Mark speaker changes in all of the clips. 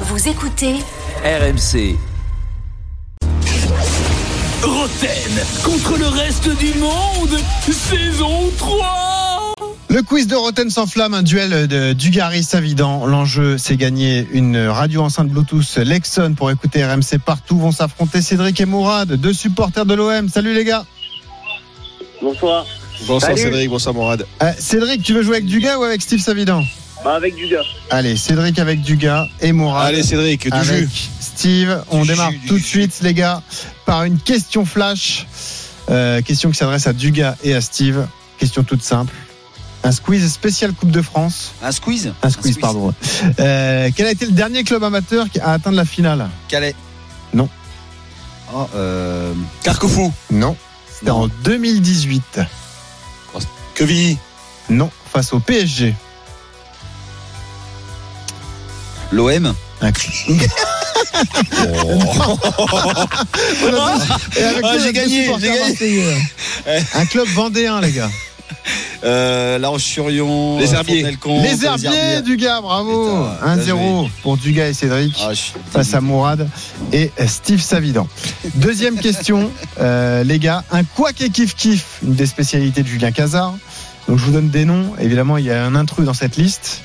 Speaker 1: Vous écoutez
Speaker 2: RMC. Roten contre le reste du monde, saison 3
Speaker 3: Le quiz de Rotten sans flamme, un duel de Dugarry Savidan. L'enjeu, c'est gagner une radio enceinte Bluetooth Lexon pour écouter RMC partout. Vont s'affronter Cédric et Mourad, deux supporters de l'OM. Salut les gars.
Speaker 4: Bonsoir.
Speaker 5: Bonsoir
Speaker 4: Salut.
Speaker 5: Cédric, bonsoir Morad.
Speaker 3: Euh, Cédric, tu veux jouer avec Duga ou avec Steve Savidan
Speaker 4: Bah avec du gars.
Speaker 3: Allez, Cédric avec Duga et
Speaker 6: Ah,
Speaker 3: Mourad.
Speaker 5: Allez Cédric, du
Speaker 3: avec
Speaker 5: jus.
Speaker 3: Steve. On
Speaker 5: Du
Speaker 3: démarre
Speaker 5: jus, du
Speaker 3: tout de
Speaker 5: jus.
Speaker 3: suite, les gars, par une question flash. Euh, question qui s'adresse à Duga et à Steve. Question toute simple. Un squeeze spécial Coupe de France.
Speaker 6: Un squeeze
Speaker 3: Un squeeze, pardon. Euh, quel a été le dernier club amateur qui a atteint la finale
Speaker 6: Calais.
Speaker 3: Non.
Speaker 6: Oh, euh,
Speaker 5: Carquefou,
Speaker 3: Non. C'était en 2018.
Speaker 5: Quevilly,
Speaker 3: Non. Face au PSG.
Speaker 6: L'OM
Speaker 3: Un cl- Voilà. Et avec
Speaker 5: Ah,
Speaker 3: nous,
Speaker 5: j'ai
Speaker 3: deux
Speaker 5: gagné,
Speaker 3: supporters
Speaker 5: j'ai gagné.
Speaker 3: marseillais. Un club vendéen, les gars.
Speaker 6: euh, La Roche-sur-Yon.
Speaker 5: Les
Speaker 6: euh,
Speaker 5: Herbiers.
Speaker 6: Fontenay-le-Comte,
Speaker 3: les herbiers, Duga, bravo.
Speaker 6: Putain, bien
Speaker 3: 1-0 pour Duga et Cédric.
Speaker 6: Ah, je suis-
Speaker 3: face à Mourad et Steve Savidan. Deuxième question, euh, les gars, un quack et kiff kiff, une des spécialités de Julien Cazard. Donc je vous donne des noms, évidemment il y a un intrus dans cette liste.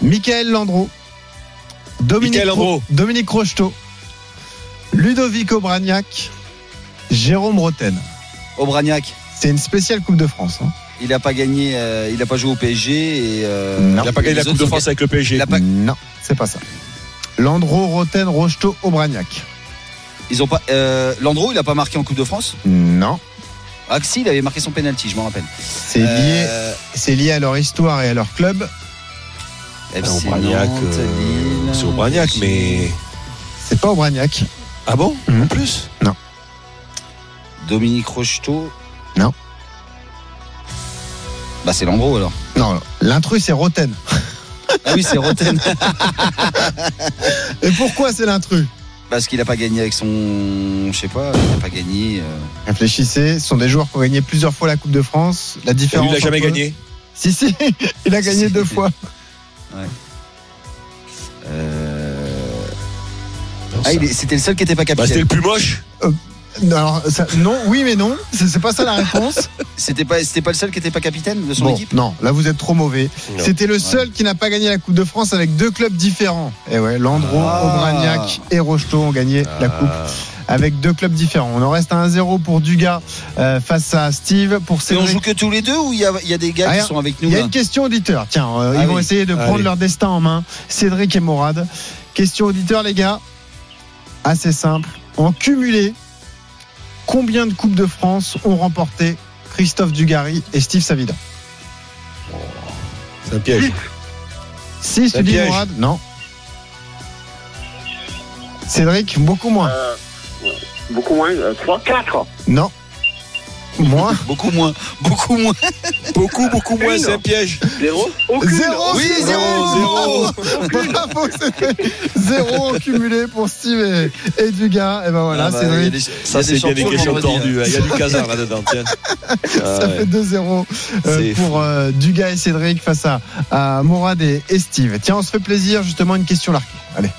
Speaker 3: Michael Landreau, Dominique,
Speaker 5: Michael Landreau.
Speaker 3: Cro- Dominique Rocheteau, Ludovico Bragnac, Jérôme Roten.
Speaker 6: Aubragnac.
Speaker 3: C'est une spéciale Coupe de France. hein.
Speaker 6: Il n'a pas gagné, euh, il n'a pas joué au PSG. Et, euh,
Speaker 3: Non.
Speaker 5: il n'a pas gagné
Speaker 6: les
Speaker 5: la Coupe de
Speaker 6: autres
Speaker 5: France avec le
Speaker 6: Ils
Speaker 5: PSG.
Speaker 6: n'ont pas,
Speaker 3: Non, c'est pas ça. Landreau, Roten, Rocheteau, Aubragnac.
Speaker 6: ils ont pas- euh, Landreau, il n'a pas marqué en Coupe de France.
Speaker 3: Non,
Speaker 6: Axi, il avait marqué son penalty, je m'en rappelle.
Speaker 3: c'est lié,
Speaker 6: Euh,
Speaker 3: c'est lié à leur histoire et à leur club.
Speaker 6: FC
Speaker 5: Ah, Aubragnac,
Speaker 6: Nantes,
Speaker 5: euh,
Speaker 6: Lille,
Speaker 5: C'est Aubragnac, mais.
Speaker 3: C'est pas Aubragnac.
Speaker 5: Ah bon
Speaker 3: Mhm.
Speaker 5: En plus
Speaker 6: Dominique Rocheteau.
Speaker 3: Non.
Speaker 6: Bah, c'est Landreau alors.
Speaker 3: Non, l'intrus c'est Roten.
Speaker 6: Ah oui, c'est Roten.
Speaker 3: Et pourquoi c'est l'intrus
Speaker 6: Parce qu'il n'a pas gagné avec son. Je sais pas, il n'a pas gagné. euh,
Speaker 3: Réfléchissez, ce sont des joueurs qui ont gagné plusieurs fois la Coupe de France. La
Speaker 5: Et lui,
Speaker 3: différence.
Speaker 5: il n'a jamais
Speaker 3: entre eux-
Speaker 5: gagné.
Speaker 3: Si, si, il a gagné
Speaker 6: Si.
Speaker 3: deux fois.
Speaker 6: euh, Ah, il est- c'était le seul qui n'était pas
Speaker 5: Bah,
Speaker 6: capitaine.
Speaker 5: c'était le plus moche.
Speaker 3: Non, alors, ça- non, oui, mais non, c'est c'est pas ça la réponse.
Speaker 6: c'était pas, c'était pas le seul qui n'était pas capitaine de son
Speaker 3: Bon,
Speaker 6: équipe.
Speaker 3: non, là vous êtes trop mauvais.
Speaker 5: Non.
Speaker 3: C'était le seul qui n'a pas gagné la Coupe de France avec deux clubs différents. Et ouais, Landreau,
Speaker 6: Ah.
Speaker 3: Aubragnac et Rocheteau ont gagné la Coupe avec deux clubs différents. On en reste à 1-0 pour Dugas euh, face à Steve pour
Speaker 6: Et on
Speaker 3: Cédric.
Speaker 6: joue que tous les deux ou il y a, il y a des gars
Speaker 3: Ah,
Speaker 6: qui sont avec nous
Speaker 3: Il y a
Speaker 6: là
Speaker 3: une question auditeur. Tiens, euh, ils
Speaker 6: Ah
Speaker 3: vont
Speaker 6: oui.
Speaker 3: essayer de prendre
Speaker 5: Allez.
Speaker 3: leur destin en main. Cédric et Morad. Question auditeur, les gars. Assez simple. En cumulé, combien de Coupes de France ont remporté Christophe Dugarry et Steve Savidan
Speaker 5: C'est un piège.
Speaker 3: 6,
Speaker 5: Un
Speaker 3: tu dis
Speaker 5: piège.
Speaker 3: Morad Non. Cédric, beaucoup moins.
Speaker 4: Euh, beaucoup moins. euh, 3, 4.
Speaker 3: Non. Moins.
Speaker 6: Beaucoup moins. Beaucoup moins.
Speaker 5: Beaucoup, beaucoup moins,
Speaker 4: Une.
Speaker 5: c'est un piège.
Speaker 4: 0. Aucune.
Speaker 3: Zéro,
Speaker 6: Oui,
Speaker 3: Cédric.
Speaker 6: zéro, zéro.
Speaker 3: Bravo, Cédric. Zéro en cumulé pour Steve et, et Dugas. Et ben voilà,
Speaker 6: Ah bah, il y a
Speaker 3: Cédric.
Speaker 6: des- il y a
Speaker 5: Ça,
Speaker 6: des
Speaker 5: c'est bien
Speaker 6: champions
Speaker 5: des questions
Speaker 6: vendredi,
Speaker 5: tordues. hein. Il y a du casard là-dedans, tiens. Ah
Speaker 3: Ça
Speaker 5: ouais.
Speaker 3: fait 2-0 euh,
Speaker 5: C'est
Speaker 3: pour euh, Dugas et Cédric face à, à Morad et, et Steve. Tiens, on se fait plaisir, justement, une question larquée. Allez.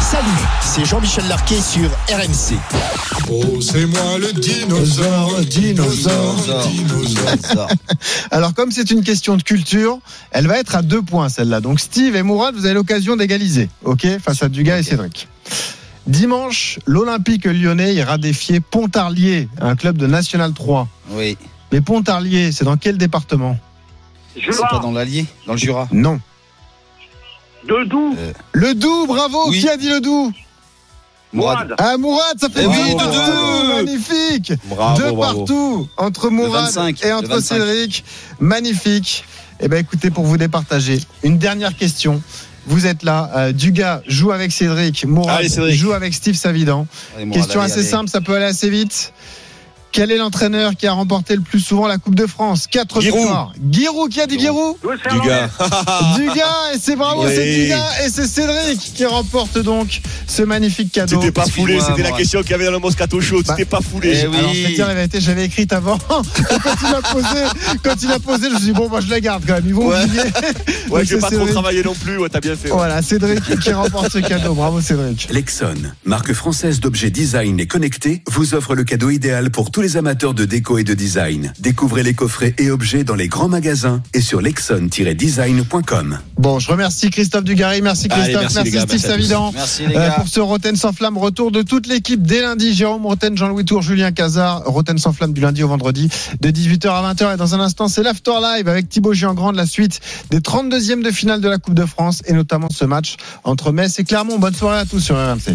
Speaker 7: Salut, c'est Jean-Michel Larquet sur RMC.
Speaker 8: Oh, c'est moi le dinosaure, dinosaure,
Speaker 6: Dinosaure.
Speaker 8: dinosaure.
Speaker 6: Dinosaure.
Speaker 3: Alors, comme c'est une question de culture, elle va être à deux points, celle-là. Donc, Steve et Mourad, vous avez l'occasion d'égaliser, OK, face à Dugas et Cédric. Dimanche, l'Olympique lyonnais ira défier Pontarlier, un club de National 3.
Speaker 6: Oui.
Speaker 3: Mais Pontarlier, c'est dans quel département
Speaker 6: C'est pas
Speaker 4: Jura.
Speaker 6: dans l'Allier, dans le Jura.
Speaker 3: Non.
Speaker 4: Doudou.
Speaker 3: Le Doubs, bravo
Speaker 6: Oui.
Speaker 3: Qui a dit le Doubs
Speaker 6: Mourad.
Speaker 4: Mourad.
Speaker 3: Ah, Mourad, ça fait
Speaker 6: Eh
Speaker 3: deux
Speaker 6: oui,
Speaker 3: partout,
Speaker 6: deux-deux.
Speaker 3: Magnifique
Speaker 5: Ah, Bravo,
Speaker 3: de
Speaker 5: bravo.
Speaker 3: partout entre
Speaker 6: Le
Speaker 3: Mourad
Speaker 6: 25,
Speaker 3: et
Speaker 6: le
Speaker 3: entre
Speaker 6: 25.
Speaker 3: Cédric. Magnifique. Eh ben écoutez, pour vous départager, une dernière question. Vous êtes là. euh, Dugas joue avec Cédric. Mourad
Speaker 5: Allez, Cédric.
Speaker 3: joue avec Steve Savidan.
Speaker 6: Allez, Mourad,
Speaker 3: question
Speaker 6: allez,
Speaker 3: assez
Speaker 6: allez.
Speaker 3: simple, ça peut aller assez vite. Quel est l'entraîneur qui a remporté le plus souvent la Coupe de France 4
Speaker 5: Giroud.
Speaker 3: victoires. Giroud, qui a dit Giroud
Speaker 4: Louis
Speaker 5: du
Speaker 4: Fernandez.
Speaker 5: gars.
Speaker 3: Dugas, et c'est bravo,
Speaker 5: Oui.
Speaker 3: c'est Dugas, et c'est Cédric qui remporte donc ce magnifique cadeau.
Speaker 5: T'étais pas foulé,
Speaker 6: excuse-moi,
Speaker 5: c'était la
Speaker 6: moi.
Speaker 5: question qu'il y avait dans le Moscato Show.
Speaker 3: Bah,
Speaker 5: T'étais pas
Speaker 6: eh
Speaker 5: foulé.
Speaker 6: oui.
Speaker 3: Alors, je vais te dire la vérité, j'avais écrite avant. quand, il a posé, quand il a posé, je me suis dit, bon, moi, je la garde quand même. Ils vont
Speaker 5: Ouais.
Speaker 3: oublier.
Speaker 5: Ouais,
Speaker 3: Donc,
Speaker 5: j'ai
Speaker 3: c'est
Speaker 5: pas trop
Speaker 3: Cédric.
Speaker 5: travaillé non plus. Ouais, t'as bien fait. ouais.
Speaker 3: Voilà, Cédric qui remporte ce cadeau. Bravo, Cédric.
Speaker 1: Lexon, marque française d'objets design et connectés, vous offre le cadeau idéal pour tous les amateurs de déco et de design. Découvrez les coffrets et objets dans les grands magasins et sur lexon-design.com.
Speaker 3: Bon, je remercie Christophe Dugarry. Merci
Speaker 5: Allez,
Speaker 3: Christophe.
Speaker 5: merci,
Speaker 3: merci,
Speaker 5: les gars,
Speaker 3: Steve
Speaker 5: merci à tous.
Speaker 3: Savidan.
Speaker 6: Merci les
Speaker 3: Euh,
Speaker 6: gars.
Speaker 3: pour ce Roten sans flamme, retour de toute l'équipe dès lundi. Jérôme Roten, Jean-Louis Tour, Julien Cazard. Roten sans flamme du lundi au vendredi de 18h à 20h. Et dans un instant, c'est l'After Live avec Thibaut Giangrand de la suite des 32e de finale de la Coupe de France et notamment ce match entre Metz et Clermont. Bonne soirée à tous sur RMC.